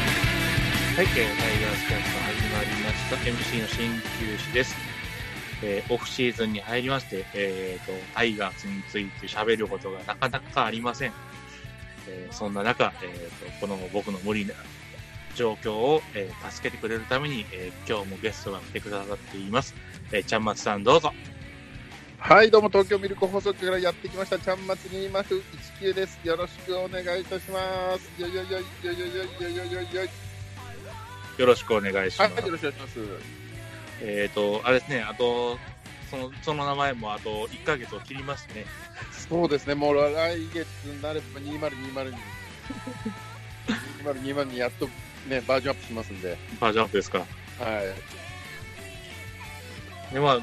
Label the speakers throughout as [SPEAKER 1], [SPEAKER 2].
[SPEAKER 1] はい、えー、タイガースキャスト始まりました。MC の新旧師です。えーオフシーズンに入りまして、えーと、タイガースについて喋ることがなかなかありません。えーそんな中、えーと、この僕の無理な状況を、えー助けてくれるために、えー今日もゲストが来てくださっています。えー、ちゃんまつさんどうぞ。
[SPEAKER 2] はい、どうも東京ミルク放送局からやってきました、ちゃんまつ2019です。よろしくお願いいたします。よいよいよいよいよいよいよいよいよい。
[SPEAKER 1] よろしくお願いしま
[SPEAKER 2] はい、
[SPEAKER 1] す。
[SPEAKER 2] よろしくお願いします。
[SPEAKER 1] えっ、と、あれですね、あと、その、その名前もあと1ヶ月を切りますね。
[SPEAKER 2] そうですね、もう来月になれば2020に。2020にやっとね、バージョンアップしますんで。
[SPEAKER 1] バージョンアップですか。
[SPEAKER 2] はい。
[SPEAKER 1] でまあね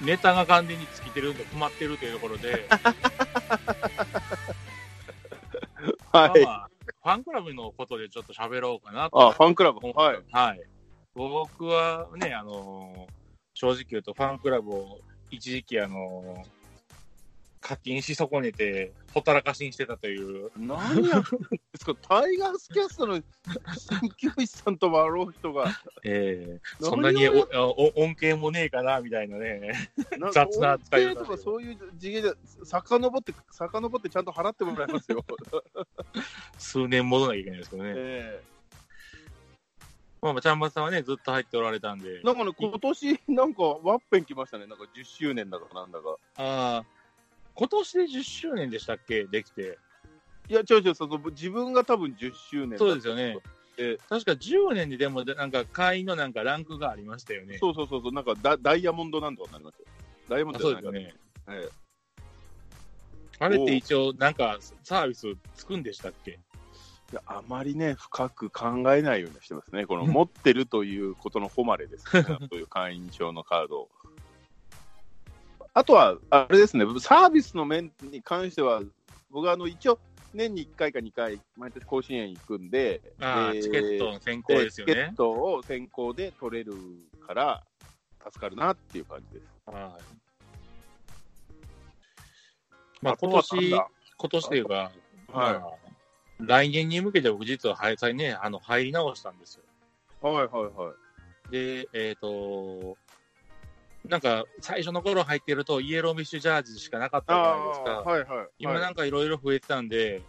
[SPEAKER 1] ネタが完全に尽きてるんで困ってるというとこ ろで、ま
[SPEAKER 2] は
[SPEAKER 1] あまあファンクラブのことでちょっと喋ろうかなと
[SPEAKER 2] あ、ファンクラブ。
[SPEAKER 1] 思って
[SPEAKER 2] はい。
[SPEAKER 1] はい。僕はね、あのー正直言うとファンクラブを一時期、あのー課金し損ねて、ほったらかしにしてたという、
[SPEAKER 2] 何やってんですか、タイガースキャストの新旧師さんと笑う人が、
[SPEAKER 1] えーそんなにおおお恩恵もねえかな、みたいなね。
[SPEAKER 2] な
[SPEAKER 1] 雑な扱いを
[SPEAKER 2] 音程とかそういう次元じゃ、遡って、遡ってちゃんと払ってもら いますよ。
[SPEAKER 1] 数年戻らなきゃいけないですけどね。
[SPEAKER 2] え
[SPEAKER 1] まあまあ、ちゃんまつさんはね、ずっと入っておられたんで
[SPEAKER 2] え。なんかね、今年なんかワッペン来ましたね、なんか10周年だかなんだか。
[SPEAKER 1] ああ、今年で10周年でしたっけできて。
[SPEAKER 2] いや、違う違う、その自分が多分10周年
[SPEAKER 1] そうですよね。
[SPEAKER 2] え
[SPEAKER 1] 確か10年ででも、なんか会員のなんかランクがありましたよね。
[SPEAKER 2] そうそうそうそう、なんかダダイヤモンドなんとかになりましたダイヤモン
[SPEAKER 1] あ
[SPEAKER 2] ド
[SPEAKER 1] そ
[SPEAKER 2] じ
[SPEAKER 1] う
[SPEAKER 2] ゃ
[SPEAKER 1] で
[SPEAKER 2] ない
[SPEAKER 1] すよ
[SPEAKER 2] か、
[SPEAKER 1] ね。
[SPEAKER 2] はい
[SPEAKER 1] あれって一応、なんかサービスつくんでしたっけ
[SPEAKER 2] いやあまりね、深く考えないようにしてますね、この持ってるということの誉れですね、 そういう会員証のカードを。あとは、あれですね、サービスの面に関しては、僕はあの一応、年に1回か2回、毎年甲子園行くんで、
[SPEAKER 1] ああ、
[SPEAKER 2] えー
[SPEAKER 1] チケットの先行
[SPEAKER 2] で
[SPEAKER 1] ですよ
[SPEAKER 2] チケ
[SPEAKER 1] ね
[SPEAKER 2] ッ。トを先行で取れるから、助かるなっていう感じです。
[SPEAKER 1] はい。まあ
[SPEAKER 2] と
[SPEAKER 1] 今
[SPEAKER 2] はなん
[SPEAKER 1] 年、
[SPEAKER 2] だ
[SPEAKER 1] 今年というか、
[SPEAKER 2] はい
[SPEAKER 1] まあ来年に向けて僕実は再々ね、あの、入り直したんですよ。
[SPEAKER 2] はいはいはい。
[SPEAKER 1] で、えっ、と、なんか最初の頃入ってるとイエローミッシュジャージしかなかったじゃないです
[SPEAKER 2] あ
[SPEAKER 1] か
[SPEAKER 2] ー。はいはい。
[SPEAKER 1] 今なんかいろいろ増えてたんで、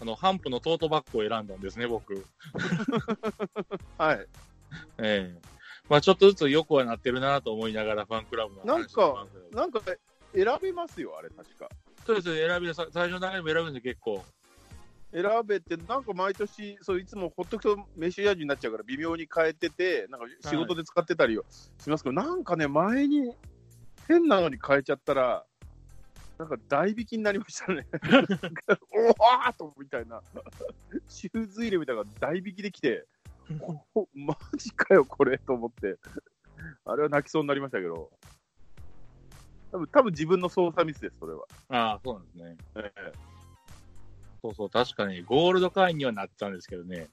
[SPEAKER 1] あの、ハンプのトートバッグを選んだんですね、僕。
[SPEAKER 2] はい、
[SPEAKER 1] ええまあちょっとずつ良くはなってるなと思いながらファンクラブの話
[SPEAKER 2] なんか、なんか選べますよ、あれ確か。
[SPEAKER 1] そうですね、選びさ最初の段階でも選ぶんですよ結構。
[SPEAKER 2] 選べて、なんか毎年、そういつもほっとくとメッシュジャージになっちゃうから、微妙に変えてて、なんか仕事で使ってたりをしますけど、なんかね、前に変なのに変えちゃったら、なんか代引きになりましたね。おわーっとみたいな、シューズ入れみたいなのが代引きできて、おマジかよ、これと思って、あれは泣きそうになりましたけど、多分多分自分の操作ミスです、それは。
[SPEAKER 1] ああ、そうなんですね。
[SPEAKER 2] え
[SPEAKER 1] そうそう、確かにゴールド会員にはなったんですけどね、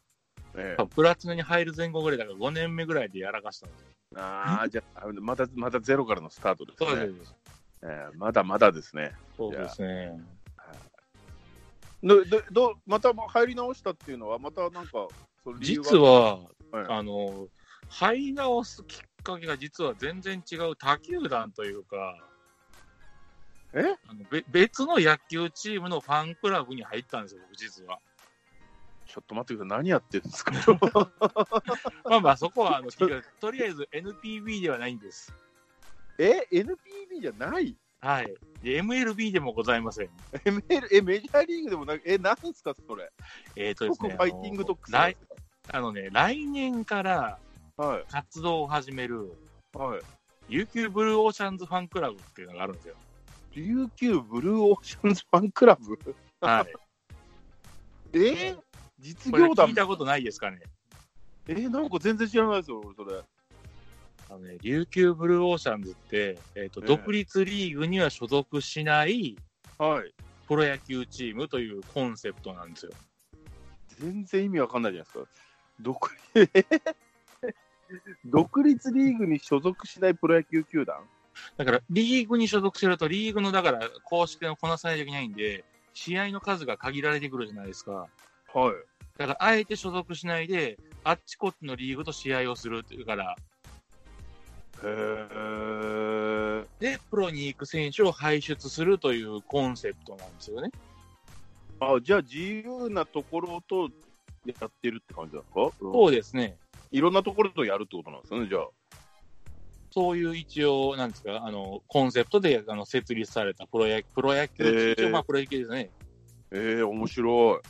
[SPEAKER 2] えええ
[SPEAKER 1] プラチナに入る前後ぐらいだから5年目ぐらいでやらかしたんですよ。
[SPEAKER 2] ああ、じゃあ、また、またゼロからのスタートですね。
[SPEAKER 1] そうです。
[SPEAKER 2] えーまだまだですね。
[SPEAKER 1] そうですね。
[SPEAKER 2] ど、ど、どまた入り直したっていうのは、またなんか、その理由
[SPEAKER 1] 実、は、
[SPEAKER 2] はい
[SPEAKER 1] あの、入り直すきっかけが実は全然違う他球団というか、
[SPEAKER 2] え
[SPEAKER 1] あのべ別の野球チームのファンクラブに入ったんですよ、僕実は。
[SPEAKER 2] ちょっと待ってください、何やってるんですか
[SPEAKER 1] まあまあ、そこはあの、とりあえず NPB ではないんです。
[SPEAKER 2] え ?NPB じゃない
[SPEAKER 1] はい。で MLB でもございません。
[SPEAKER 2] えメールえ、メジャーリーグでもなく、え、なんすか、それ。
[SPEAKER 1] えっ、とです
[SPEAKER 2] 僕、
[SPEAKER 1] ね。
[SPEAKER 2] ファイティングドッグス
[SPEAKER 1] あの来
[SPEAKER 2] です
[SPEAKER 1] あのね、来年から
[SPEAKER 2] か。はい。
[SPEAKER 1] 活動を始める、
[SPEAKER 2] はい。
[SPEAKER 1] 琉球ブルーオーシャンズファンクラブっていうのがあるんですよ。
[SPEAKER 2] 琉球ブルーオーシャンズファンクラブ
[SPEAKER 1] はい。
[SPEAKER 2] えー実
[SPEAKER 1] これ
[SPEAKER 2] 業団
[SPEAKER 1] 聞いたことないですかね。
[SPEAKER 2] えーなんか全然知らないですよ、俺それ。
[SPEAKER 1] あのね、琉球ブルーオーシャンズって、えっと
[SPEAKER 2] ええ
[SPEAKER 1] 独立リーグには所属しない
[SPEAKER 2] はい。
[SPEAKER 1] プロ野球チームというコンセプトなんですよ。
[SPEAKER 2] 全然意味わかんないじゃないですか。独 独立リーグに所属しないプロ野球球団
[SPEAKER 1] だから、リーグに所属すると、リーグの、だから、公式のこなさないといけないんで、試合の数が限られてくるじゃないですか。
[SPEAKER 2] はい。
[SPEAKER 1] だから、あえて所属しないで、あっちこっちのリーグと試合をするっていうから、
[SPEAKER 2] へえ。
[SPEAKER 1] で、プロに行く選手を輩出するというコンセプトなんですよね。
[SPEAKER 2] あ、じゃあ自由なところとやってるって感じなんですかうん
[SPEAKER 1] そうですね。
[SPEAKER 2] いろんなところとやるってことなんですよね、じゃあ。
[SPEAKER 1] そういう一応、なんですか、あの、コンセプトであの設立されたプロ野球、プロ野球、
[SPEAKER 2] へー
[SPEAKER 1] 一応まあプロ野球ですね。
[SPEAKER 2] ええ面白い。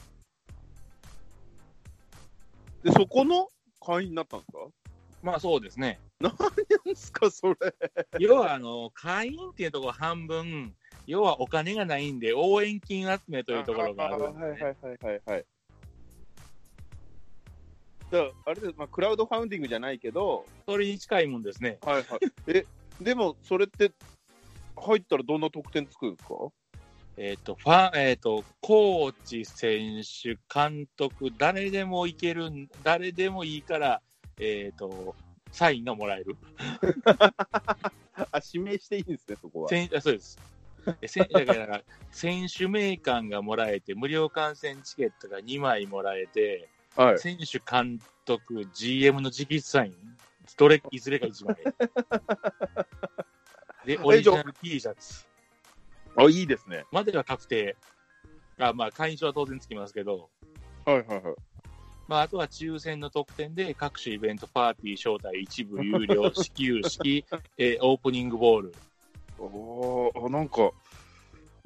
[SPEAKER 2] で、そこの会員になったんですか
[SPEAKER 1] まあそうですね。
[SPEAKER 2] なんですか、それ。
[SPEAKER 1] 要は、あの、会員っていうところ半分、要はお金がないんで、応援金集めというところがあるん
[SPEAKER 2] はい
[SPEAKER 1] で
[SPEAKER 2] は
[SPEAKER 1] すね。
[SPEAKER 2] いはいはいはい。だからあれです、まあ、クラウドファウンディングじゃないけど、
[SPEAKER 1] それに近いもんですね。
[SPEAKER 2] はいはい、 えでもそれって入ったらどんな得点つくんですか
[SPEAKER 1] えっ、と、ファン、えっ、と、コーチ、選手、監督、誰でもいけるん、誰でもいいから、えっ、と、サインがもらえる。
[SPEAKER 2] あ指名していいんですね、そこは。
[SPEAKER 1] 選あそうです。え選だから、選手名鑑がもらえて、無料観戦チケットが2枚もらえて、
[SPEAKER 2] はい、
[SPEAKER 1] 選手、監督、GM の直筆サイン、どれいずれか1枚。 で、オリジナル T シャツ
[SPEAKER 2] あいいですね。
[SPEAKER 1] までは確定。あまあ、会員証は当然つきますけど、
[SPEAKER 2] はいはいはい。
[SPEAKER 1] まあ、あとは抽選の特典で、各種イベント、パーティー、招待、一部有料、始球式、 えーオープニングボール。
[SPEAKER 2] おーあなんか、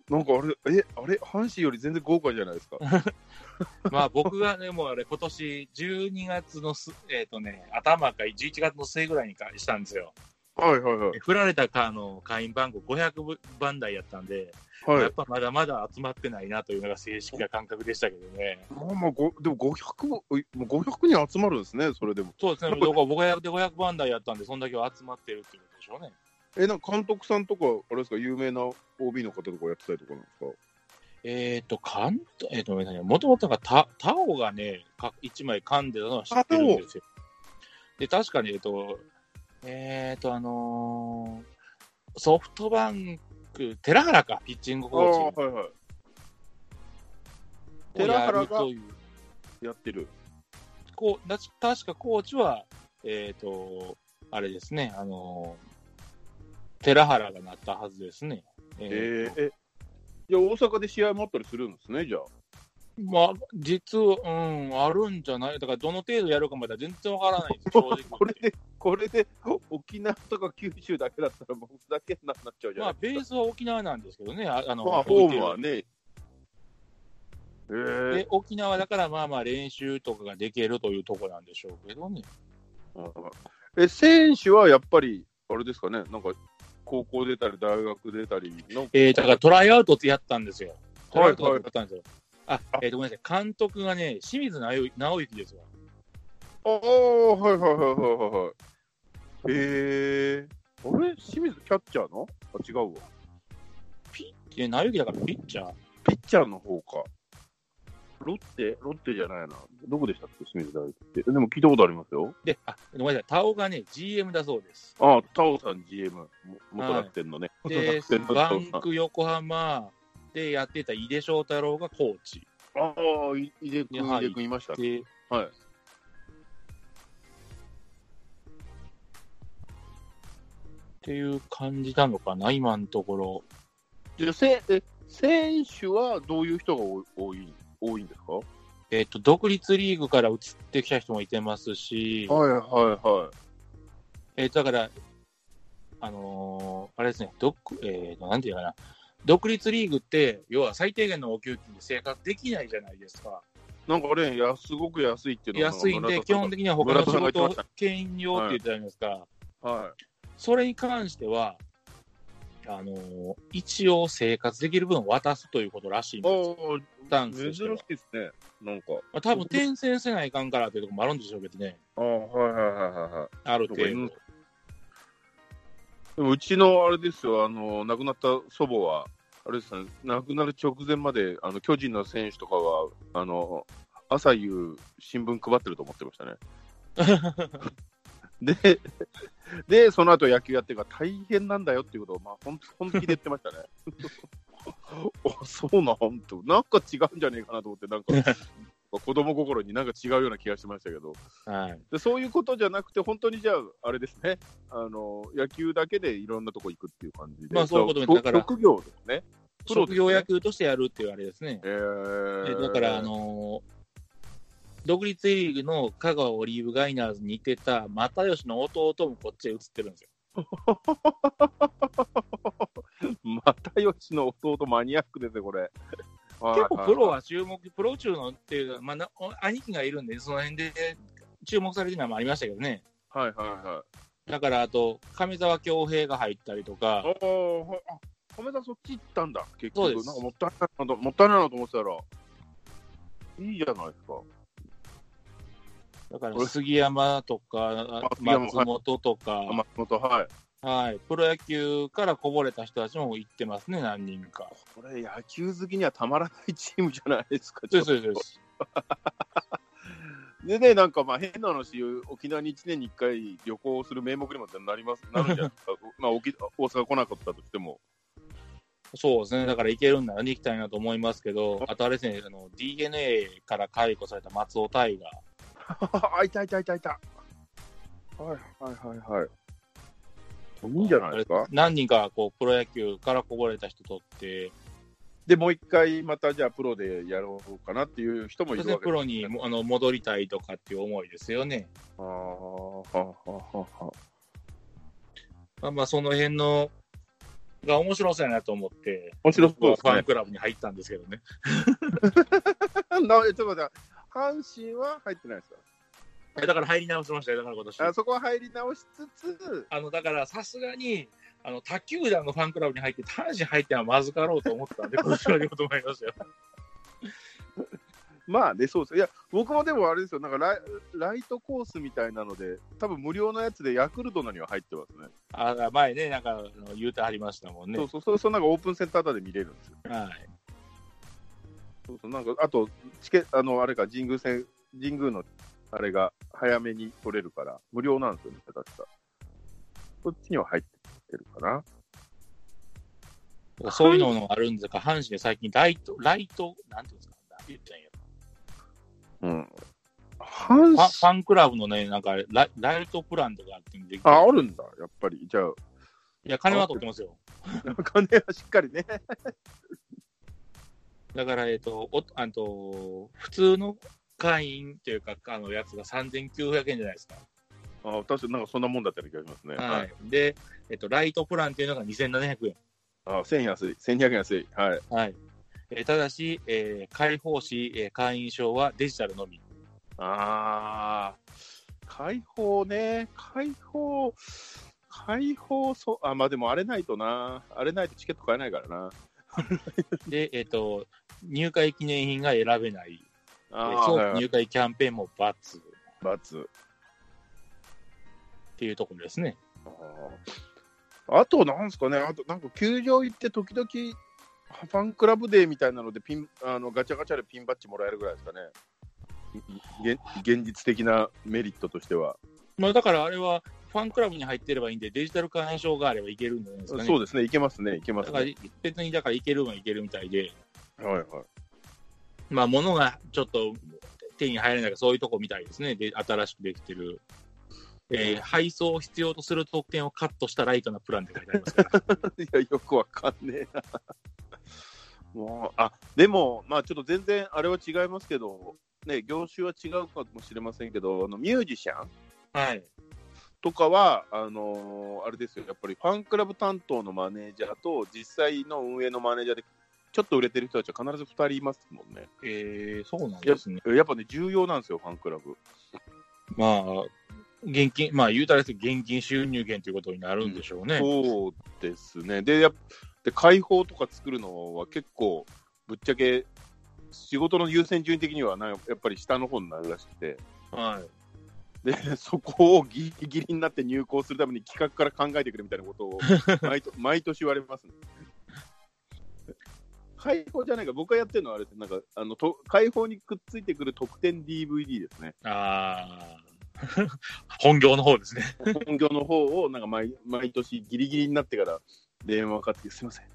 [SPEAKER 2] なんかあれ、えあれ、阪神より全然豪華じゃないですか。
[SPEAKER 1] まあ僕がね、もうあれ、今年12月のす、えっ、とね、頭か11月の末ぐらいにかしたんですよ。
[SPEAKER 2] はいはいはい
[SPEAKER 1] え。振られたかあの会員番号500番台やったんで、
[SPEAKER 2] は
[SPEAKER 1] やっ
[SPEAKER 2] い、
[SPEAKER 1] ぱまだまだ集まってないなというのが正式な感覚でしたけどね。
[SPEAKER 2] まあまあ、ごでも500も、えもう500人集まるんですね、それでも。
[SPEAKER 1] そうですね、僕は500で500番台やったんで、そんだけは集まってるっていうことでしょうね。
[SPEAKER 2] え、なんか監督さんとか、あれですか、有名な OB の方とかやってたりとかなんですか
[SPEAKER 1] えっ、と、かん、えっ、と、ごめんなさい。もともとなんか、た、タオがね、か一枚噛んでたのは知ってるんですよ。で、確かに、えっ、と、えっ、と、あのーソフトバンク、寺原か、ピッチングコーチ
[SPEAKER 2] あーはいはい。
[SPEAKER 1] をや
[SPEAKER 2] 寺原
[SPEAKER 1] る
[SPEAKER 2] が
[SPEAKER 1] という。
[SPEAKER 2] やってる。
[SPEAKER 1] こう、なち確かコーチは、えっ、と、あれですね、あのー寺原がなったはずですね。
[SPEAKER 2] え
[SPEAKER 1] ー
[SPEAKER 2] ー、え、じゃあ大阪で試合もあったりするんですね、じゃあ。
[SPEAKER 1] まあ、実は、うん、あるんじゃないだから、どの程度やるかまだ全然わからないです、正直言って。
[SPEAKER 2] これで、これで沖縄とか九州だけだったら、もうふざけんなくなっちゃうじゃ
[SPEAKER 1] まあ、
[SPEAKER 2] ない
[SPEAKER 1] ベースは沖縄なんですけどね、ああの、
[SPEAKER 2] まあ、ホームはね。
[SPEAKER 1] 置い
[SPEAKER 2] え
[SPEAKER 1] てる
[SPEAKER 2] ー
[SPEAKER 1] で、沖縄だから、まあまあ、練習とかができるというとこなんでしょうけどね。
[SPEAKER 2] え、選手はやっぱり、あれですかね、なんか、高校出たり、大学出たりの、
[SPEAKER 1] えー、だから、トライアウトってやったんですよ。トライアウト
[SPEAKER 2] はいは
[SPEAKER 1] や
[SPEAKER 2] い
[SPEAKER 1] ったんですよ。あ、えっ、と、ごめんなさい。監督がね、清水直之直之ですわ。
[SPEAKER 2] ああ、はいはいはいはいはい。えー、あれ清水キャッチャーのあ、違うわ。
[SPEAKER 1] ピッえ直之だからピッチャー
[SPEAKER 2] ピッチャーの方か。ロッテロッテじゃないな。どこでしたっけ清水大って。でも聞いたことありますよ。
[SPEAKER 1] で、あ、ごめんなさい。タオがね、GM だそうです。
[SPEAKER 2] ああ、タオさん GM。も元楽天のね。
[SPEAKER 1] で
[SPEAKER 2] 元楽天、の
[SPEAKER 1] バ
[SPEAKER 2] タオ
[SPEAKER 1] ン
[SPEAKER 2] さん。
[SPEAKER 1] ク横浜でやってた井出翔太郎がコーチ。
[SPEAKER 2] ああ、い井出君、
[SPEAKER 1] は
[SPEAKER 2] 井
[SPEAKER 1] い
[SPEAKER 2] 出君いましたね。
[SPEAKER 1] で、
[SPEAKER 2] はい。
[SPEAKER 1] っていう感じなのかな、今のところ。
[SPEAKER 2] じゃあせえ選手はどういう人が多い多い多いんですかは
[SPEAKER 1] えっ、と、独立リーグから移ってきた人もいてますし、
[SPEAKER 2] いはいは
[SPEAKER 1] えっ、と、だから、あのーあれですね、どえっ、と、なんていうのかな、独立リーグって、要は最低限のお給金で生活できないじゃないですか。
[SPEAKER 2] い。なんかあれ、やすごく安いっていうのが
[SPEAKER 1] 安いんで、基本的には他の
[SPEAKER 2] 村田
[SPEAKER 1] 仕
[SPEAKER 2] さんが
[SPEAKER 1] 事
[SPEAKER 2] 言
[SPEAKER 1] を
[SPEAKER 2] ってました
[SPEAKER 1] 兼用って言ったじゃないですか。
[SPEAKER 2] は
[SPEAKER 1] それに関しては、あのー一応生活できる分渡すということらしいん
[SPEAKER 2] い。あ
[SPEAKER 1] ですよ。スタ
[SPEAKER 2] あ、
[SPEAKER 1] ンス
[SPEAKER 2] 珍
[SPEAKER 1] とし
[SPEAKER 2] し
[SPEAKER 1] てはい
[SPEAKER 2] ですね。なんか。
[SPEAKER 1] まあ、多分転戦せないかんからというところもあるんでしょうけどね。
[SPEAKER 2] ああ、はいはいはいはいはい。
[SPEAKER 1] ある程
[SPEAKER 2] そう
[SPEAKER 1] 度
[SPEAKER 2] か。でもうちのあれですよ、あの亡くなった祖母は、あれですね、亡くなる直前まで、あの巨人の選手とかは、あの朝夕、新聞配ってると思ってました ね。で、で、その後野球やってるから大変なんだよっていうことを、まあ、本本気で言ってましたね。 あそうなんと、なんか違うんじゃねえかなと思って、なんか、子供心になんか違うような気がしましたけど、
[SPEAKER 1] はい。
[SPEAKER 2] でそういうことじゃなくて、本当にじゃあ、あれですね、あの野球だけでいろんなとこ行くっていう感じで、
[SPEAKER 1] まあそういうことです
[SPEAKER 2] と
[SPEAKER 1] だから
[SPEAKER 2] 職業ですね。プロです
[SPEAKER 1] 職
[SPEAKER 2] ね
[SPEAKER 1] 業野球としてやるっていうあれですね。
[SPEAKER 2] えー、
[SPEAKER 1] でだから、あのー独立リーグの香川オリーブガイナーズにいてた又吉の弟もこっちへ移ってるんですよ。
[SPEAKER 2] 又吉の弟、マニアックですね、これ。
[SPEAKER 1] 結構プロ
[SPEAKER 2] は
[SPEAKER 1] は注目、プロ中のっていうか、まあな、兄貴がいるんで、その辺で注目されてるのもありましたけどね。
[SPEAKER 2] いはいは
[SPEAKER 1] だから、あと、上沢恭平が入ったりと
[SPEAKER 2] い。お
[SPEAKER 1] か、
[SPEAKER 2] おー、あ亀田そっち行ったんだ、結局。
[SPEAKER 1] そうです
[SPEAKER 2] なんかもったいないなともったいないなと思ってたら、いいじゃないですか。
[SPEAKER 1] だから杉山とか、
[SPEAKER 2] 杉山
[SPEAKER 1] 松本とか、
[SPEAKER 2] 松本、はい。
[SPEAKER 1] はい、プロ野球からこぼれた人たちも行ってますね、何人か。
[SPEAKER 2] これ、野球好きにはたまらないチームじゃないですか、
[SPEAKER 1] そうです、そうですそうです。
[SPEAKER 2] でね、なんかまあ変な話、沖縄に1年に1回旅行する名目にもなります、 なるんじゃないですか、まあ沖大阪来なかったとしても、
[SPEAKER 1] そうですね、だから行けるんならね、行きたいなと思いますけど、あとあれですね、あの DNA から解雇された松尾大が、
[SPEAKER 2] あいたいたいたいた、はいはいはいはい、いいんじゃないですか、
[SPEAKER 1] 何人かこうプロ野球からこぼれた人とって、
[SPEAKER 2] でもう一回、またじゃあ、プロでやろうかなっていう人
[SPEAKER 1] そ
[SPEAKER 2] もい
[SPEAKER 1] し
[SPEAKER 2] る
[SPEAKER 1] て
[SPEAKER 2] わけ
[SPEAKER 1] プ
[SPEAKER 2] です
[SPEAKER 1] ロにもあの戻りたいとかっていう思いですよね。
[SPEAKER 2] あーはあはあはあは
[SPEAKER 1] まあ、まあその辺のが面白そうやなと思って、
[SPEAKER 2] 面白そうです
[SPEAKER 1] ファン
[SPEAKER 2] ね。
[SPEAKER 1] クラブに入ったんですけどね。
[SPEAKER 2] なちょっと待って、阪神は入ってないです
[SPEAKER 1] だから入り直しましたよ、だから今年
[SPEAKER 2] か、あ。そこは入り直しつつ、
[SPEAKER 1] あのだからさすがにあの他球団のファンクラブに入って、阪神入ってはまずかろうと思ったんで、今年はよくと思いましたよ。
[SPEAKER 2] まあね、そうです。いや、僕もでもあれですよ、なんかライライトコースみたいなので、多分無料のやつでヤクルトのには入ってますね。
[SPEAKER 1] あ前ね、なんかあの言うてはりましたもんね。
[SPEAKER 2] そうそうそう、そうなんかオープンセンターあたりで見れるんですよ。
[SPEAKER 1] はい、
[SPEAKER 2] そうそう、なんか、あと、チケあの、あれか、神宮戦、神宮のあれが早めに取れるから、無料なんですよね、確か。そっちには入ってるかな。
[SPEAKER 1] そういうのもあるんですが、阪神で最近ライト、ライト、なんていうんですか、なんて言ったんや
[SPEAKER 2] うん。阪
[SPEAKER 1] ファン
[SPEAKER 2] 神
[SPEAKER 1] ファンクラブのね、なんかライライトプランとかあってんで、い
[SPEAKER 2] あ、あるんだ、やっぱり。じゃあ、
[SPEAKER 1] や、金は取ってますよ。
[SPEAKER 2] 金はしっかりね。
[SPEAKER 1] だから、えっと、おあと普通の会員っていうか、あのやつが3900円じゃないですか。
[SPEAKER 2] あ、確かになんかそんなもんだったような気がしますね。
[SPEAKER 1] は。い、で、えっと、ライトプランっていうのが2700円。
[SPEAKER 2] あ、1000円安い、1200円安い。はい。
[SPEAKER 1] はいえーただし、えー開放誌、えー会員証はデジタルのみ。
[SPEAKER 2] ああ、解放ね、解放、解放、そう、あ、まあでもあれないとな、あれないとチケット買えないからな。
[SPEAKER 1] で、えっと入会記念品が選べない、えー
[SPEAKER 2] あ
[SPEAKER 1] 早期
[SPEAKER 2] あ、
[SPEAKER 1] 入会キャンペーンも×っ
[SPEAKER 2] 罰。
[SPEAKER 1] ていうところですね。
[SPEAKER 2] あーあと、なんですかね、あと、なんか球場行って時々、ファンクラブデーみたいなのでピンあのガチャガチャでピンバッジもらえるぐらいですかね現現実的なメリットとしては、
[SPEAKER 1] まあ、だからあれはファンクラブに入ってればいいんで、デジタル会員証があればいけるんじゃないですかね。
[SPEAKER 2] そうですねいけますねいけます
[SPEAKER 1] だ
[SPEAKER 2] ね
[SPEAKER 1] から別にだからいけるはいけるみたいで、
[SPEAKER 2] はいはい
[SPEAKER 1] まあ、物がちょっと手に入らないかそういうとこみたいですね。で、新しくできてる。えー配送を必要とする特典をカットしたライトなプランで書いてありますから。
[SPEAKER 2] いや、よくわかんねえな。 もう、あ、でも、まあちょっと全然あれは違いますけど、ね、業種は違うかもしれませんけど、あのミュージシャン
[SPEAKER 1] はい。
[SPEAKER 2] とかは、あのーあれですよ、やっぱりファンクラブ担当のマネージャーと、実際の運営のマネージャーで、ちょっと売れてる人たちは必ず2人いますもんね。
[SPEAKER 1] えー、そうなん
[SPEAKER 2] や
[SPEAKER 1] ですね。
[SPEAKER 2] やっぱね、重要なんですよ、ファンクラブ。
[SPEAKER 1] まあ、現金、まあ、言うたらですけど現金収入源ということになるんでしょうね。
[SPEAKER 2] そうですね。で、やっぱで開放とか作るのは結構、ぶっちゃけ、仕事の優先順位的にはな、やっぱり下の方になるらしくて、
[SPEAKER 1] はい。
[SPEAKER 2] で、 そこをギリギリになって入稿するために企画から考えてくれみたいなことを毎年毎年言われますね。開放じゃないか、僕がやってるのはあれって、なんか、あのと開放にくっついてくる特典 DVD ですね。
[SPEAKER 1] あー 本業の方ですね。
[SPEAKER 2] 本業の方を、なんか毎、毎年ギリギリになってから電話かかってきて、すいません、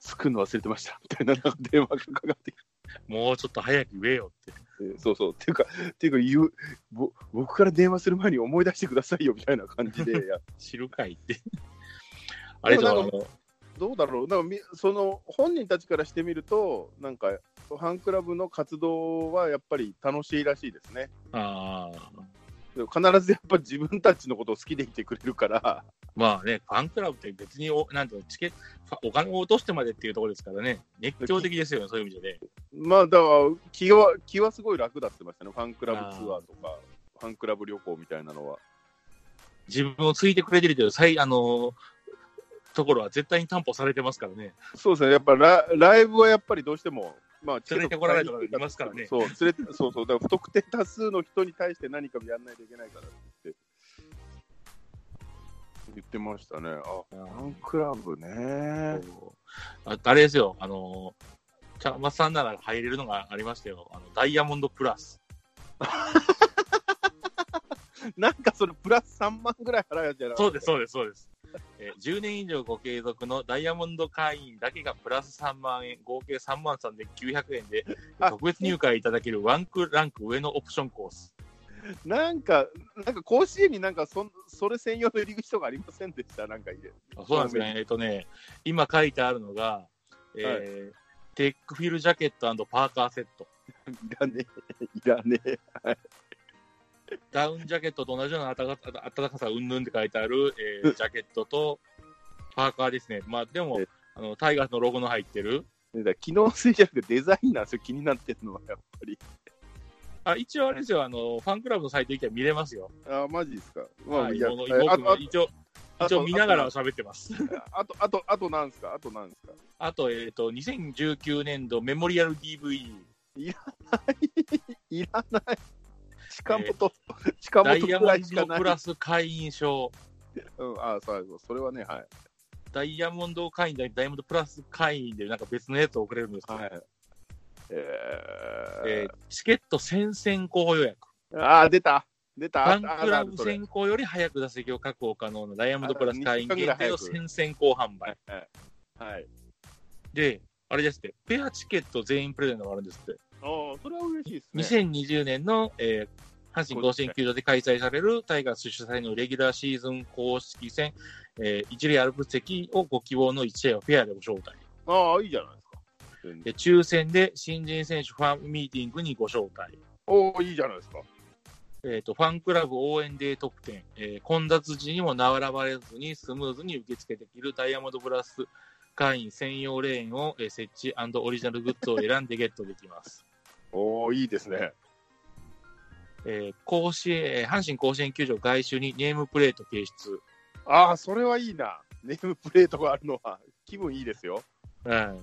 [SPEAKER 2] 作るの忘れてました、みたいななんか電話がかかってきて、
[SPEAKER 1] もうちょっと早く言えよって。
[SPEAKER 2] えーそうそう。っていうか、っていうか言うぼ、僕から電話する前に思い出してくださいよみたいな感じで、いや
[SPEAKER 1] 知るかいって。あれだろ
[SPEAKER 2] でもなんか
[SPEAKER 1] う、
[SPEAKER 2] どうだろう、なんかみその本人たちからしてみると、なんか、ファンクラブの活動はやっぱり楽しいらしいですね。
[SPEAKER 1] ああー、
[SPEAKER 2] でも必ずやっぱ自分たちのことを好きでいてくれるから、
[SPEAKER 1] まあね、ファンクラブって別にお、なんていうのチケット、ファお金を落としてまでっていうところですからね、熱狂的ですよね、そういう意味でね。
[SPEAKER 2] まあだから気は気はすごい楽だって言ってましたね、ファンクラブツアーとか、ファンクラブ旅行みたいなのは。
[SPEAKER 1] 自分をついてくれてるという最、あのーところは絶対に担保されてますからね。
[SPEAKER 2] そうですね、やっぱラライブはやっぱりどうしても、まあ、
[SPEAKER 1] 連れてこられる方がいますからね
[SPEAKER 2] そう連れてそうそう、だから不特定多数の人に対して何かやんないといけないからって言ってましたね。あファンクラブね。
[SPEAKER 1] ああれですよ、あのー、茶松さんなら入れるのがありましたよ、あのダイヤモンドプラス。
[SPEAKER 2] なんかそれ、プラス3万ぐらい払うやつじゃない
[SPEAKER 1] そうです、そうです、そうです。えー10年以上ご継続のダイヤモンド会員だけがプラス3万円、合計3万3900円で
[SPEAKER 2] あ
[SPEAKER 1] 特別入会いただけるワンクランク上のオプションコース。
[SPEAKER 2] なんか、なんか甲子園になんかそんそれ専用の入り口とかありませんでした、なんかいいで。
[SPEAKER 1] あそうなんですね。えっ、とね、今書いてあるのが、えーテックフィルジャケットパーカーセット。
[SPEAKER 2] いらね え、いらねえ。
[SPEAKER 1] ダウンジャケットと同じような暖か暖かさうんぬんって書いてある、えージャケットとパーカーですね。まあでも
[SPEAKER 2] え、
[SPEAKER 1] あのタイガースのロゴの入ってる。
[SPEAKER 2] だから機能性じゃなくてデザインなんですよ、気になってるのはやっぱり。
[SPEAKER 1] あ一応あれですよ、あのファンクラブのサイト行けば見れますよ。
[SPEAKER 2] あ、マジですか。まあ、
[SPEAKER 1] はいい、
[SPEAKER 2] や
[SPEAKER 1] この妹
[SPEAKER 2] あと、
[SPEAKER 1] も
[SPEAKER 2] あ
[SPEAKER 1] 一応、
[SPEAKER 2] あ
[SPEAKER 1] 一応見ながら喋ってます。
[SPEAKER 2] あと、あと、あとなんですか、あとなんですか。
[SPEAKER 1] あと、えっ、と、2019年度メモリアル DVD、
[SPEAKER 2] いらない。近本、近
[SPEAKER 1] ダ
[SPEAKER 2] 本
[SPEAKER 1] イヤ
[SPEAKER 2] く
[SPEAKER 1] モ
[SPEAKER 2] ら
[SPEAKER 1] ン
[SPEAKER 2] いしか
[SPEAKER 1] ド
[SPEAKER 2] ない。
[SPEAKER 1] プラス会員証、
[SPEAKER 2] うん、あそうそう、それはね、はい。
[SPEAKER 1] ダイヤモンド会員だダイヤモンドプラス会員で、なんか別のやつを送れるんですけど、
[SPEAKER 2] はい。え
[SPEAKER 1] えーチケット先々行予約。
[SPEAKER 2] ー、あー、出た。出
[SPEAKER 1] フ
[SPEAKER 2] た。
[SPEAKER 1] ァ
[SPEAKER 2] あ
[SPEAKER 1] ンクラブ
[SPEAKER 2] あるあるそれ
[SPEAKER 1] 先行より早く座席を確保可能なダイヤモンドプラス会員
[SPEAKER 2] あ二週
[SPEAKER 1] 限定
[SPEAKER 2] 間ぐら
[SPEAKER 1] の
[SPEAKER 2] い早
[SPEAKER 1] 先々行販売。
[SPEAKER 2] はい。
[SPEAKER 1] で、あれですって、ペアチケット全員プレゼントがあるんですって。
[SPEAKER 2] ああ、それは嬉しいですね。
[SPEAKER 1] 2020年の、えー阪神甲子園球場で開催されるタイガース主催のレギュラーシーズン公式戦、えー一例アルプス席をご希望の1試合をペアでご招待。
[SPEAKER 2] ああ、いいじゃないですか。
[SPEAKER 1] で、抽選で新人選手ファンミーティングにご招待。
[SPEAKER 2] おお、いいじゃないですか。
[SPEAKER 1] えー、とファンクラブ応援デー特典、えー混雑時にも並ばれずにスムーズに受付できるダイヤモンドプラス会員専用レーンを、えー設置オリジナルグッズを選んでゲットできます。
[SPEAKER 2] おお、いいですね。
[SPEAKER 1] えー甲子園えー阪神甲子園球場外周にネームプレート掲出、
[SPEAKER 2] ああ、それはいいな。ネームプレートがあるのは気分いいですよ。
[SPEAKER 1] うん、っ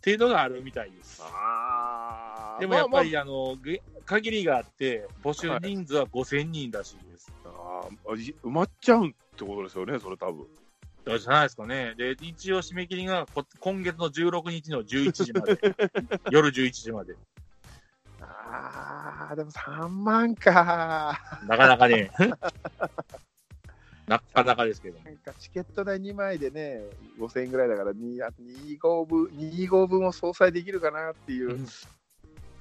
[SPEAKER 1] ていうのがあるみたいです。
[SPEAKER 2] あ
[SPEAKER 1] でもやっぱり、あのげ限りがあって、募集人数は5000人らしいです。
[SPEAKER 2] まあまああーい埋まっちゃうってことですよね、それ多分。
[SPEAKER 1] どうじゃないですかね。で、一応締め切りがこ今月の16日の11時まで、夜11時まで。
[SPEAKER 2] ああ、でも3万か。
[SPEAKER 1] なかなかね、なかなかですけども、
[SPEAKER 2] なんかチケット代2枚でね、5000円ぐらいだから2、あと2号分、2号分を相殺できるかなっていうう。
[SPEAKER 1] ん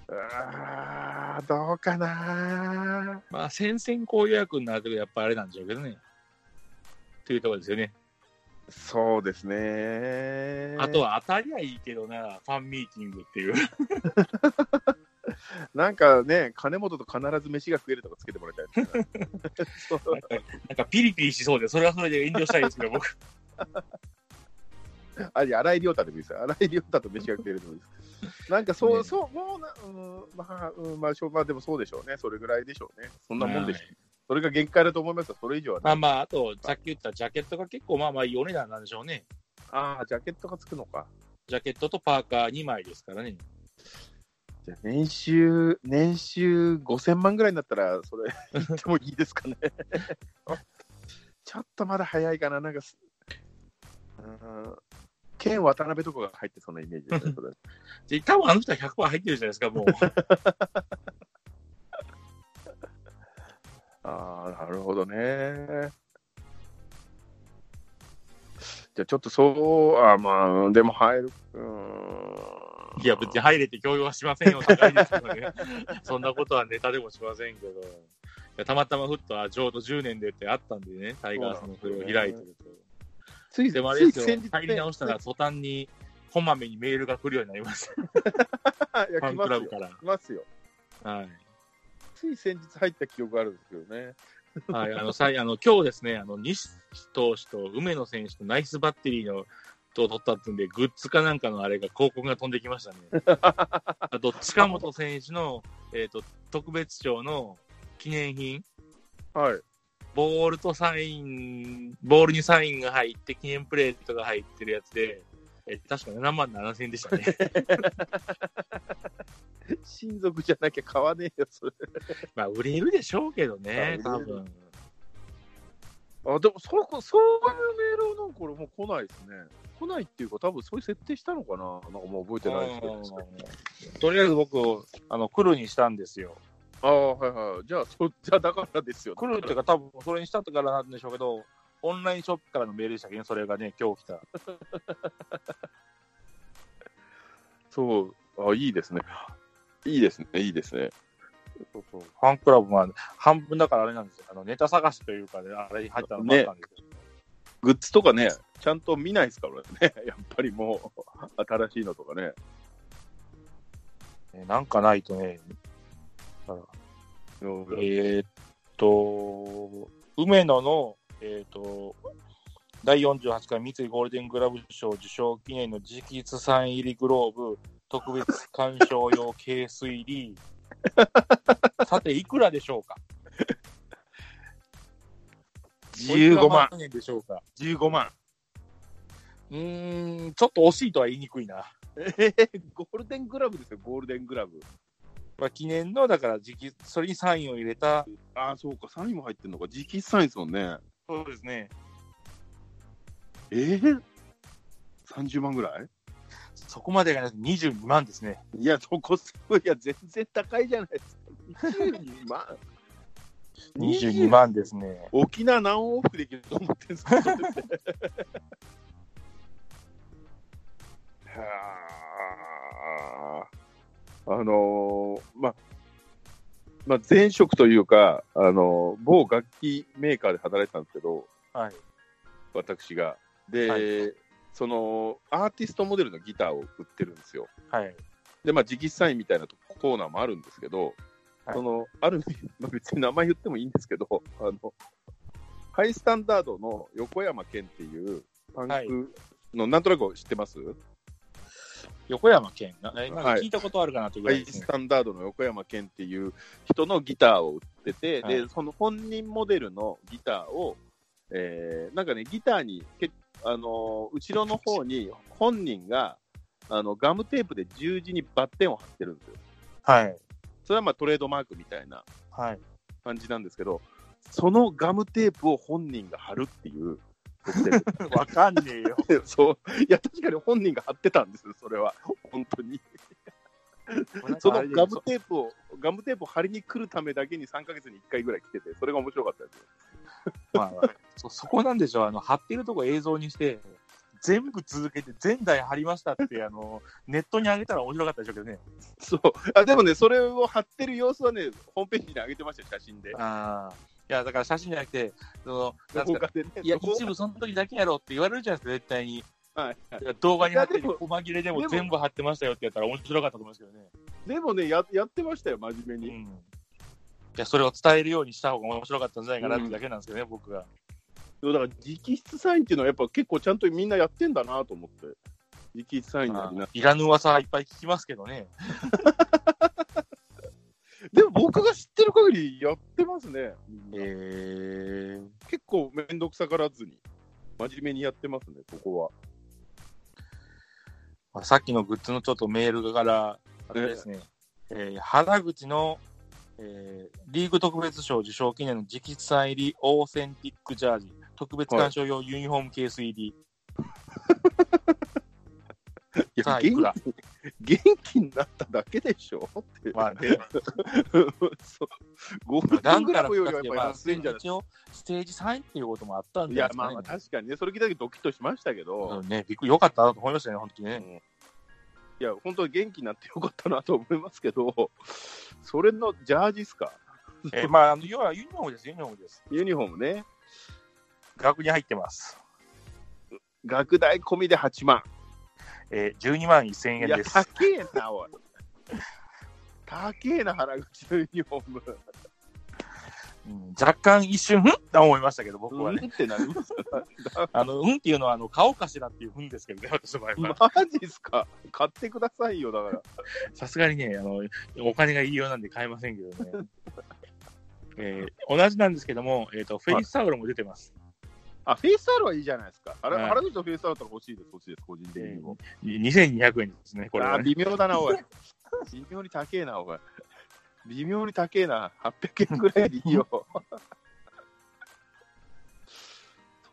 [SPEAKER 2] ああ、どうかな。
[SPEAKER 1] まあ、先々行予約になるとやっぱあれなんでしょうけどね。というところですよね。
[SPEAKER 2] そうですね。
[SPEAKER 1] あとは当たりはいいけどな、ファンミーティングっていう。
[SPEAKER 2] なんかね、金本と必ず飯が食えるとかつけてもらいたいですねそう
[SPEAKER 1] なんかピリピリしそうで、それはそれで遠慮したいですけど、僕。
[SPEAKER 2] あ、いや荒井亮太でもいいですよ。荒井亮太と飯が食えるのもいいです。なんかそう、
[SPEAKER 1] ね
[SPEAKER 2] そう、もうな、うん、まあ、うん、まあ、しょうまあ、でもそうでしょうね。それぐらいでしょうね。そんなもんでしょう。
[SPEAKER 1] はい
[SPEAKER 2] それが限界だと思いますよ。それ以上はね。
[SPEAKER 1] まあまあ、あと、さっき言ったジャケットが結構まあまあいいお値段なんでしょうね。
[SPEAKER 2] ああ、ジャケットがつくのか。
[SPEAKER 1] ジャケットとパーカー2枚ですからね。
[SPEAKER 2] じゃあ年収、年収5000万ぐらいになったら、それ、言ってもいいで すかね。ちょっとまだ早いかな。なんかす、うん、剣渡辺とかが入ってそうなイメージですね。それ
[SPEAKER 1] で、多分あの人は100%入ってるじゃないですか、もう。
[SPEAKER 2] ああ、なるほどね。じゃあちょっとそう、あまあ、でも入る。うーん。
[SPEAKER 1] いや、別に入れて強要はしませんよって感じですけどね。そんなことはネタでもしませんけど。いやたまたまふっと、あ、ちょうど10年でってあったんでね、タイガースのそれを開いてると。
[SPEAKER 2] つい
[SPEAKER 1] でもあれですよ
[SPEAKER 2] つい先日、ね
[SPEAKER 1] 入り直したら途端に、こまめにメールが来るようになりました。
[SPEAKER 2] いや
[SPEAKER 1] ファ
[SPEAKER 2] 来
[SPEAKER 1] ンク
[SPEAKER 2] ます
[SPEAKER 1] ラ
[SPEAKER 2] よ
[SPEAKER 1] ブから。
[SPEAKER 2] 来ますよ。
[SPEAKER 1] はい。
[SPEAKER 2] つい先日入った記憶があるんですけどね。
[SPEAKER 1] はい、あの、さい、あの、今日ですね、あの、西投手と梅野選手とナイスバッテリーの、と取ったっていうんで、グッズかなんかのあれが、広告が飛んできましたね。 あと、近本選手の、えっ、と、特別賞の記念品、
[SPEAKER 2] はい。
[SPEAKER 1] ボールとサイン、ボールにサインが入って、記念プレートが入ってるやつで、えー確か7万7千円でしたね。
[SPEAKER 2] 親族じゃなきゃ買わねえよ、それ。
[SPEAKER 1] まあ、売れるでしょうけどね、
[SPEAKER 2] あ
[SPEAKER 1] 多
[SPEAKER 2] 売れる
[SPEAKER 1] 分。
[SPEAKER 2] あ、でも、そこ、そういうメールはなんか俺もう来ないですね。来ないっていうか、多分そういう設定したのかななんかもう覚えてないですけど。
[SPEAKER 1] うんとりあえず僕、あの、来るにしたんですよ。
[SPEAKER 2] ああ、はいはい。じゃあ、そじゃあだからですよ。
[SPEAKER 1] 来るっていうか、多分それにしたからなんでしょうけど、オンラインショップからのメールでしたっけどね、それがね、今日来た。
[SPEAKER 2] そう。あいいですね。いいですね、いいですね。
[SPEAKER 1] そうそうファンクラブは半分だからあれなんですよ、あのネタ探しというかね、あれに入ったのもあったんですけど、
[SPEAKER 2] グッズとかね、ちゃんと見ないですからね。 やっぱりもう、新しいのとかね。
[SPEAKER 1] ねなんかないとね、えー、っと、梅野の、えー、っと、第48回三井ゴールデングラブ賞受賞記念の直筆サイン入りグローブ、特別鑑賞用軽水リー。さて、いくらでしょうか
[SPEAKER 2] 15万。
[SPEAKER 1] 円でしょうか。
[SPEAKER 2] 15万。
[SPEAKER 1] うーん、ちょっと惜しいとは言いにくいな。
[SPEAKER 2] えーゴールデングラブですよ、ゴールデングラブ。
[SPEAKER 1] まあ、記念の、だから直筆、それにサインを入れた、
[SPEAKER 2] ああ、そうか、サインも入ってんのか。直筆サインですもんね。
[SPEAKER 1] そうですね。
[SPEAKER 2] ええー、30万ぐらい
[SPEAKER 1] そこまでがなくて22万ですね。
[SPEAKER 2] いや、そこすごい、いや、全然高いじゃない ですか。22万。
[SPEAKER 1] 22。万ですね。
[SPEAKER 2] 沖縄何往復できると思ってんすか はああのーまあ、まあ、前職というか、あのー某楽器メーカーで働いてたんですけど、
[SPEAKER 1] はい。
[SPEAKER 2] 私が。で、
[SPEAKER 1] は
[SPEAKER 2] その、アーティストモデルのギターを売ってるんですよ。
[SPEAKER 1] はい。
[SPEAKER 2] で、まあ、直筆サインみたいなとこコーナーもあるんですけど、
[SPEAKER 1] はい
[SPEAKER 2] その、ある、まあ、別に名前言ってもいいんですけど、あの、ハイスタンダードの横山健っていうパン
[SPEAKER 1] はい
[SPEAKER 2] クの、なんとなく知ってます、
[SPEAKER 1] 横山健な、えなんか
[SPEAKER 2] はい
[SPEAKER 1] 聞いたことあるかなというぐ
[SPEAKER 2] ハ
[SPEAKER 1] らい
[SPEAKER 2] イ
[SPEAKER 1] ですね
[SPEAKER 2] ス。タンダードの横山健っていう人のギターを売ってて、
[SPEAKER 1] は
[SPEAKER 2] で、その本人モデルのギターを、えー、なんかね、ギターにけ、あのー後ろの方に本人が、あの、ガムテープで十字にバッテンを貼ってるんですよ。
[SPEAKER 1] はい。
[SPEAKER 2] それはまあトレードマークみたいな
[SPEAKER 1] はい。
[SPEAKER 2] 感じなんですけど、そのガムテープを本人が貼るっていう。
[SPEAKER 1] わかんねえ よ。
[SPEAKER 2] そういや確かに本人が貼ってたんですよ、それは、本当に。そのガムテープを、ガムテープを貼りに来るためだけに3ヶ月に1回ぐらい来てて、それが面白かったですよ。
[SPEAKER 1] まあ、そ そこなんでしょう、あの貼ってるとこ映像にして、全部続けて、全台貼りましたって、あのネットに上げたら面白かったでしょうけどね。
[SPEAKER 2] そうあでもね、それを貼ってる様子はね、ホームページに上げてましたよ、写真で。
[SPEAKER 1] ああ。いや、だから写真じゃなくて、その、なんですか、
[SPEAKER 2] 動画でね
[SPEAKER 1] いや、
[SPEAKER 2] 動画
[SPEAKER 1] 一部その時だけやろうって言われるじゃないですか、絶対に。
[SPEAKER 2] はい
[SPEAKER 1] いや動画に貼って
[SPEAKER 2] いやでも
[SPEAKER 1] る、細切れで
[SPEAKER 2] で
[SPEAKER 1] も
[SPEAKER 2] も
[SPEAKER 1] 全部貼ってましたよってやったら面白かったと思いますけどね。
[SPEAKER 2] でもねや、やってましたよ、真面目
[SPEAKER 1] うん。
[SPEAKER 2] に。
[SPEAKER 1] いや、それを伝えるようにした方が面白かったんじゃないかなってだけなんですけどね、僕が。
[SPEAKER 2] そうだから直筆サインっていうのはやっぱ結構ちゃんとみんなやってんだなと思って直筆サインなりない
[SPEAKER 1] らぬ噂はいっぱい聞きますけどね。
[SPEAKER 2] でも僕が知ってる限りやってますね
[SPEAKER 1] えー、
[SPEAKER 2] 結構面倒くさからずに真面目にやってますねここは
[SPEAKER 1] まあ、さっきのグッズのちょっとメールから、あれですね、えー原口の、えーリーグ特別賞受賞記念の直筆サイン入りオーセンティックジャージ、特別鑑賞用ユニフォームケース入り、
[SPEAKER 2] い
[SPEAKER 1] さ
[SPEAKER 2] や
[SPEAKER 1] あいくら
[SPEAKER 2] 元気元気になっただけでしょって、
[SPEAKER 1] まあ、で
[SPEAKER 2] そうゴールデ
[SPEAKER 1] な
[SPEAKER 2] ン
[SPEAKER 1] ん
[SPEAKER 2] グ
[SPEAKER 1] か
[SPEAKER 2] ラ
[SPEAKER 1] ら
[SPEAKER 2] ブ
[SPEAKER 1] 復
[SPEAKER 2] よりはや
[SPEAKER 1] 活
[SPEAKER 2] っ
[SPEAKER 1] で、まあ、
[SPEAKER 2] ぱ安いんじゃない
[SPEAKER 1] 一応、ステージ3位っていうこともあったん
[SPEAKER 2] い
[SPEAKER 1] じゃない
[SPEAKER 2] や
[SPEAKER 1] です
[SPEAKER 2] ま
[SPEAKER 1] か
[SPEAKER 2] あ
[SPEAKER 1] ね。
[SPEAKER 2] まあ確かにねそれだけドキッとしましたけど、
[SPEAKER 1] うんね、びっくり、よかったなと思いましたね、本当にね。
[SPEAKER 2] いや、本当に元気になってよかったなと思いますけど、それのジャージですか、
[SPEAKER 3] えーまあ、あの要はユニフォームです、ユニフォームです。
[SPEAKER 2] ユニフォームね、
[SPEAKER 3] 額に入ってます。
[SPEAKER 2] 学大込みで8万。
[SPEAKER 3] えー、12万1000
[SPEAKER 2] い
[SPEAKER 3] 円
[SPEAKER 2] や、
[SPEAKER 3] です。
[SPEAKER 2] 高えな、おい。高えな、原口のユニフォーム。
[SPEAKER 3] うん若干一瞬、ふんと思いましたけど、僕はね。
[SPEAKER 2] うんってなります
[SPEAKER 3] あの、うんっていうのは、あの、買おうかしらっていうふんですけど ね、私の場合は。
[SPEAKER 2] マジっすか買ってくださいよ、だから。
[SPEAKER 3] さすがにね、あの、お金がいいようなんで買えませんけど ね。えー同じなんですけども、えっ、と、フェイスタオルも出てます。
[SPEAKER 2] あ、フェイスタオルはいいじゃないですか。あれ、
[SPEAKER 3] はい
[SPEAKER 2] 原口のフェイスタオルだったら欲しいです、欲しいです、個人的にも。
[SPEAKER 3] 2200円ですね、これ
[SPEAKER 2] あ
[SPEAKER 3] は
[SPEAKER 2] ー
[SPEAKER 3] ね。
[SPEAKER 2] 微妙だな、おい。微妙に高えな、おい。微妙に高えな。800円ぐらいでいいよ。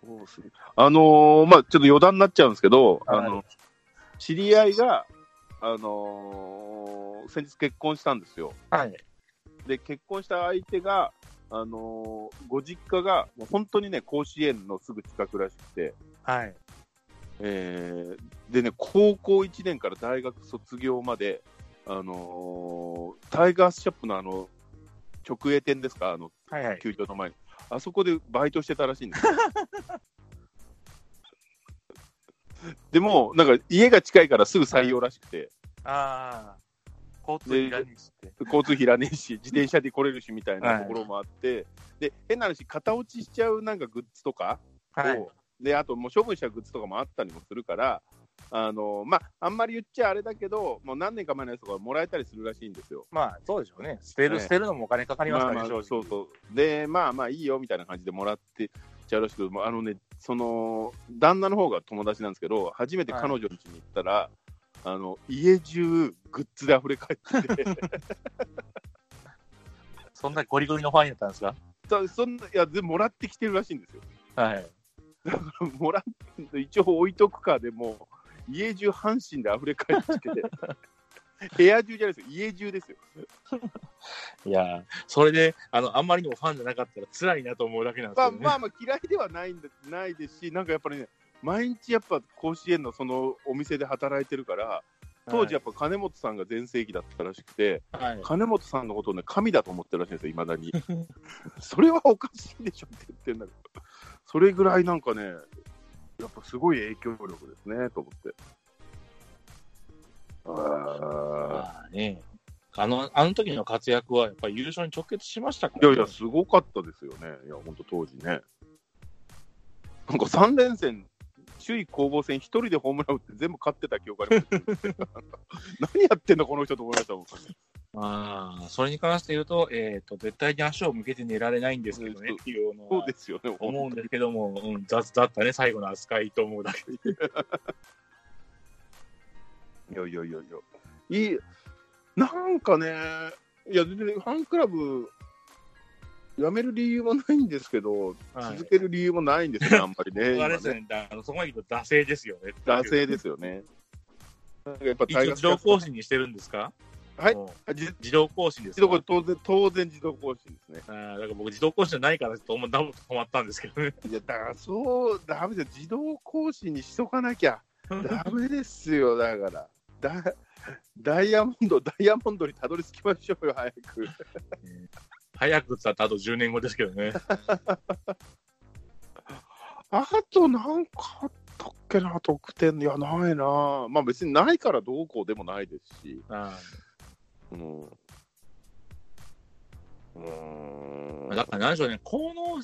[SPEAKER 2] そうっすね。あのーまあちょっと余談になっちゃうんですけど、あ
[SPEAKER 3] は
[SPEAKER 2] の、知り合いが、あのー先日結婚したんですよ。
[SPEAKER 3] はい。
[SPEAKER 2] で、結婚した相手が、あのーご実家が、もう本当にね、甲子園のすぐ近くらしくて、
[SPEAKER 3] はい。
[SPEAKER 2] えーでね、高校1年から大学卒業まで、あのータイガースショップのあの直営店ですか、あの
[SPEAKER 3] はいはい。
[SPEAKER 2] 球場の前に、あそこでバイトしてたらしい んですよ。でも、なんか家が近いからすぐ採用らしくて、
[SPEAKER 3] ああ。交通費がねって。
[SPEAKER 2] 交通費いらね えし、自転車で来れるしみたいなところもあって、で変な話、型落ちしちゃうなんかグッズとか、
[SPEAKER 3] はい。
[SPEAKER 2] であともう処分したグッズとかもあったりもするから、あのまあ、あんまり言っちゃあれだけど、もう何年か前のやつとかもらえたりするらしいんですよ。
[SPEAKER 3] まあ、そうでしょうね。捨てる、
[SPEAKER 2] ええ
[SPEAKER 3] 捨てるのもお金かかりますからね、
[SPEAKER 2] ああ
[SPEAKER 3] 正
[SPEAKER 2] そ
[SPEAKER 3] 直
[SPEAKER 2] うそうで、まあまあいいよみたいな感じでもらってちゃうらしく、まああのね、その旦那の方が友達なんですけど、初めて彼女の家に行ったら、あの家中、グッズで溢れ返ってて
[SPEAKER 3] そんなゴリゴリのファンやったんですか
[SPEAKER 2] そそんな、いや、でもらってきてるらしいんですよ。
[SPEAKER 3] はい。
[SPEAKER 2] もらっ一応置いとくかでも家中阪神で溢れ返っ てきて部屋中じゃないですよ家中ですよ
[SPEAKER 3] いやーそれで、あの、あんまりにもファンじゃなかったら辛いなと思うだけなんです
[SPEAKER 2] ま
[SPEAKER 3] け
[SPEAKER 2] あ
[SPEAKER 3] ど、ね。
[SPEAKER 2] まあまあ嫌いではないんだないですしなんかやっぱりね毎日やっぱ甲子園のそのお店で働いてるから当時やっぱ金本さんが全盛期だったらしくて、
[SPEAKER 3] はい、
[SPEAKER 2] 金本さんのことをね神だと思ってるらしいんですよいまだにそれはおかしいでしょって言ってるんだけどそれぐらいなんかねやっぱすごい影響力ですねと思ってああ
[SPEAKER 1] まあね、あの、あの時の活躍はやっぱり優勝に直結しましたか
[SPEAKER 2] い
[SPEAKER 1] ら、
[SPEAKER 2] やいや、すごかったですよね。いや、本当当時ね。なんか3連戦、首位攻防戦、一人でホームラン打って全部勝ってた記憶あります。何やってんの、この人と思いましたもん。
[SPEAKER 1] まあ、それに関して言うと、えっ、と、絶対に足を向けて寝られないんですけどね
[SPEAKER 2] そう
[SPEAKER 1] っていうの
[SPEAKER 2] そう
[SPEAKER 1] は
[SPEAKER 2] ですよね。
[SPEAKER 1] 思うんですけども、うん、雑だったね、最後の扱いと思うだけで。
[SPEAKER 2] いやいやいやいや。いい、なんかね、いや、全然ファンクラブ、辞める理由もないんですけど、
[SPEAKER 1] はい
[SPEAKER 2] 続ける理由もないんです よね、あんまりね。
[SPEAKER 1] あれ
[SPEAKER 2] 今
[SPEAKER 1] です
[SPEAKER 2] ね
[SPEAKER 1] ね、だあのそこまで言うと惰性ですよね。
[SPEAKER 2] 惰性ですよね。なんかやっぱ
[SPEAKER 1] 一応
[SPEAKER 2] 大
[SPEAKER 1] 自動
[SPEAKER 2] 学
[SPEAKER 1] 更新にしてるんですか
[SPEAKER 2] はい
[SPEAKER 1] もう
[SPEAKER 2] 自
[SPEAKER 1] 自動更新です
[SPEAKER 2] 自動
[SPEAKER 1] か
[SPEAKER 2] 更当然、当然自動更新ですね。
[SPEAKER 1] あーだから僕自動更新じゃないからちょっと思うダ ブル止まったんですけどね。
[SPEAKER 2] いや、だからそう、ダメですよ。自動更新にしとかなきゃ。ダメですよ、だから。だダイヤモンド、ダイヤモンドにたどり着きましょうよ、早く。
[SPEAKER 1] 早くだったあと10年後ですけどね。
[SPEAKER 2] あと、なんかあったっけな、得点。いや、ないな。まあ、別にないからどうこうでもないですし。
[SPEAKER 1] あ
[SPEAKER 2] うん。うー
[SPEAKER 1] ー
[SPEAKER 2] ん
[SPEAKER 1] だから何でしょうね、この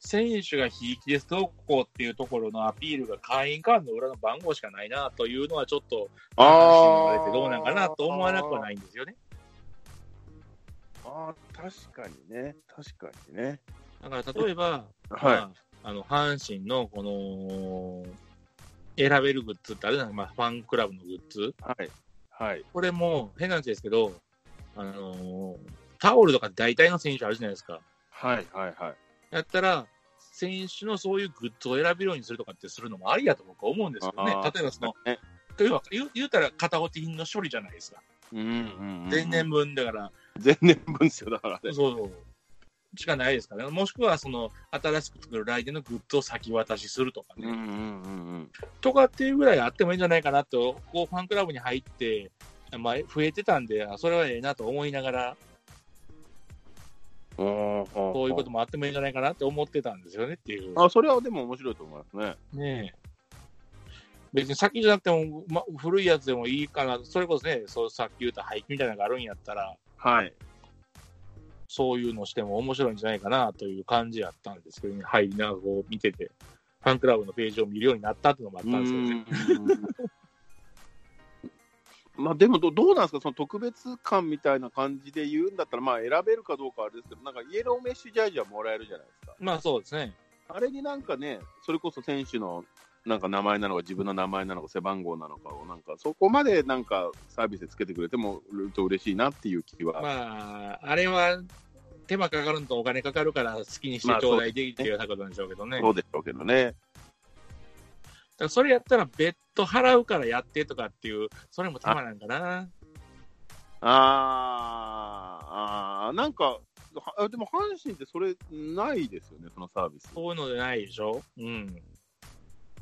[SPEAKER 1] 選手がひいきですどうこうっていうところのアピールが会員間の裏の番号しかないなというのはちょっと、
[SPEAKER 2] あ
[SPEAKER 1] 言わ
[SPEAKER 2] ー
[SPEAKER 1] れてどうなんかなと思わなくはないんですよね。
[SPEAKER 2] あー確かにね、確かにね。
[SPEAKER 1] だから例えば、
[SPEAKER 2] はい。
[SPEAKER 1] まあ、あの阪神のこの選べるグッズってあれなんですまあ、ファンクラブのグッズ、
[SPEAKER 2] はい。はい。
[SPEAKER 1] これも変な話ですけど、あのータオルとか大体の選手あるじゃないですか。
[SPEAKER 2] はい。はい。はい。
[SPEAKER 1] やったら、選手のそういうグッズを選べるようにするとかってするのもありだと僕は思うんですよね
[SPEAKER 2] あ。ー
[SPEAKER 1] 例えばその、
[SPEAKER 2] ね
[SPEAKER 1] というか言う言うたら片落ち品の処理じゃないですか。
[SPEAKER 2] うんうんうん
[SPEAKER 1] 前年分だから、
[SPEAKER 2] 前年分ですよ、だからね。
[SPEAKER 1] そうそう。しかないですからね。もしくは、その、新しく作る来年のグッズを先渡しするとかね。
[SPEAKER 2] んうん
[SPEAKER 1] とかっていうぐらいあってもいいんじゃないかなと、こうファンクラブに入って、まあ、増えてたんで、あそれはええなと思いながら、
[SPEAKER 2] うん。
[SPEAKER 1] こ
[SPEAKER 2] そう
[SPEAKER 1] いうこともあってもいいんじゃないかなって思ってたんですよねっていう。
[SPEAKER 2] あ、それはでも面白いと思いますね。
[SPEAKER 1] ねえ。別に先じゃなくても、ま、古いやつでもいいかな。それこそね、そうさっき言った俳句みたいなのがあるんやったら、
[SPEAKER 2] はい。
[SPEAKER 1] そういうのしても面白いんじゃないかなという感じやったんですけどね。はい、なんかこう見てて、ファンクラブのページを見るようになったっていうのもあったんですけどね。
[SPEAKER 2] まあでもど、どうなんですか、その特別感みたいな感じで言うんだったら、まあ選べるかどうかはあれですけど、なんかイエローメッシュジャージはもらえるじゃないですか。
[SPEAKER 1] まあそうですね。
[SPEAKER 2] あれになんかね、それこそ選手のなんか名前なのか、自分の名前なのか、背番号なのかを、なんかそこまでなんかサービスでつけてくれてもると嬉しいなっていう気は。
[SPEAKER 1] まあ、あれは手間かかるのとお金かかるから好きにしてちょうだいでいいっていうようなことなんでしょうけどね。だ
[SPEAKER 2] そ
[SPEAKER 1] か
[SPEAKER 2] うでしょうけどね。
[SPEAKER 1] らそれやったら別途払うからやってとかっていう、それも手間なんかな。
[SPEAKER 2] あーあー、なんか、はでも阪神ってそれないですよね、そのサービス。
[SPEAKER 1] そういうのでないでしょ。うん。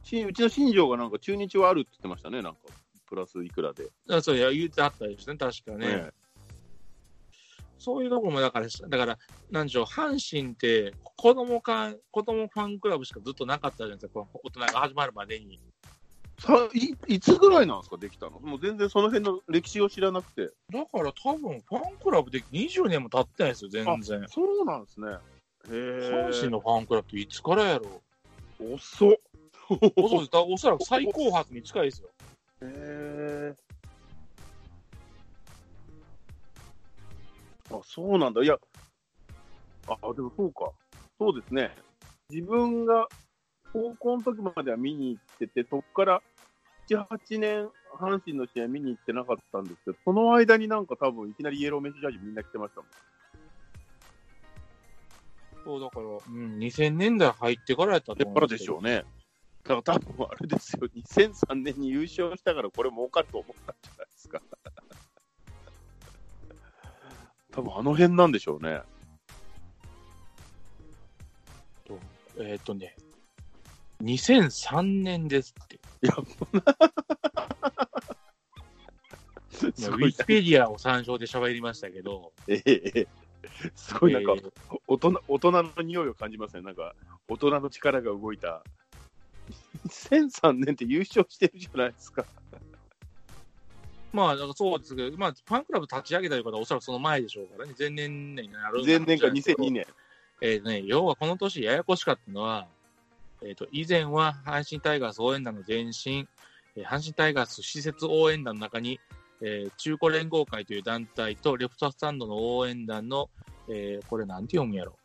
[SPEAKER 2] しうちの新庄がなんか中日はあるって言ってましたね、なんか、プラスいくらで。
[SPEAKER 1] あそういや言ってあったですね、確かね。そういうとこも、だから、だから、なんでしょう、阪神って、子供か、子供ファンクラブしかずっとなかったじゃないですか、こう大人が始まるまでに。
[SPEAKER 2] さいいつぐらいなんですか、できたのもう全然その辺の歴史を知らなくて。
[SPEAKER 1] だから多分、ファンクラブで20年も経ってないですよ、全然。
[SPEAKER 2] そうなんですね。へ
[SPEAKER 1] 阪神
[SPEAKER 2] の
[SPEAKER 1] のファンクラブっていつからやろ
[SPEAKER 2] 遅っ。
[SPEAKER 1] う。そうです、だおそらく最高発に近いですよ。
[SPEAKER 2] へえ。あ、そうなんだ。いや、あ、でもそうか。そうですね。自分が高校の時までは見に行ってて、そこから7、8年、阪神の試合見に行ってなかったんですけど、その間になんか多分いきなりイエローメッシュジャージみんな着てましたもん。
[SPEAKER 1] そう、だから、うん、2000年代入ってからやったと
[SPEAKER 2] で
[SPEAKER 1] 思
[SPEAKER 2] っ
[SPEAKER 1] う
[SPEAKER 2] か
[SPEAKER 1] ん
[SPEAKER 2] ら
[SPEAKER 1] す
[SPEAKER 2] で
[SPEAKER 1] け
[SPEAKER 2] し
[SPEAKER 1] ど
[SPEAKER 2] ょうね。だから多分あれですよ、2003年に優勝したからこれ儲かると思ったんじゃないですか。 多分あの辺なんでしょうね。
[SPEAKER 1] えーっとね、2003年ですって。
[SPEAKER 2] やばな。
[SPEAKER 1] いやウ
[SPEAKER 2] すご
[SPEAKER 1] ィ
[SPEAKER 2] い
[SPEAKER 1] キ、ペディアを参照で喋りましたけど、
[SPEAKER 2] ええええすごいなんか
[SPEAKER 1] えー
[SPEAKER 2] 大人、大人の匂いを感じますね。なんか大人の力が動いた。2003年って優勝してるじゃないですか。
[SPEAKER 1] まあ、だからそうですけど、まあ、ファンクラブ立ち上げたということはおそらくその前でしょうからね、前年になるんだ
[SPEAKER 2] 前
[SPEAKER 1] ろう
[SPEAKER 2] 年
[SPEAKER 1] じ
[SPEAKER 2] か2002。
[SPEAKER 1] ゃないですけど
[SPEAKER 2] 年。
[SPEAKER 1] えーね、要はこの年ややこしかったのは、えっ、と、以前は阪神タイガース応援団の前身、えー阪神タイガース施設応援団の中に、えー中古連合会という団体と、レフトスタンドの応援団の、えーこれなんて読むんやろ。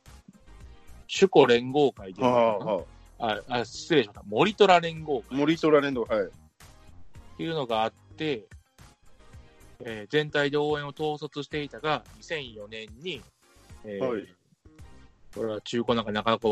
[SPEAKER 1] 主古連合会で、
[SPEAKER 2] は
[SPEAKER 1] ああ、失礼しました。森虎連合会。
[SPEAKER 2] あ、森虎連動、はい。
[SPEAKER 1] っていうのがあって、えー全体で応援を統率していたが、2004年に、えー
[SPEAKER 2] はい
[SPEAKER 1] これは中古なんかなかなか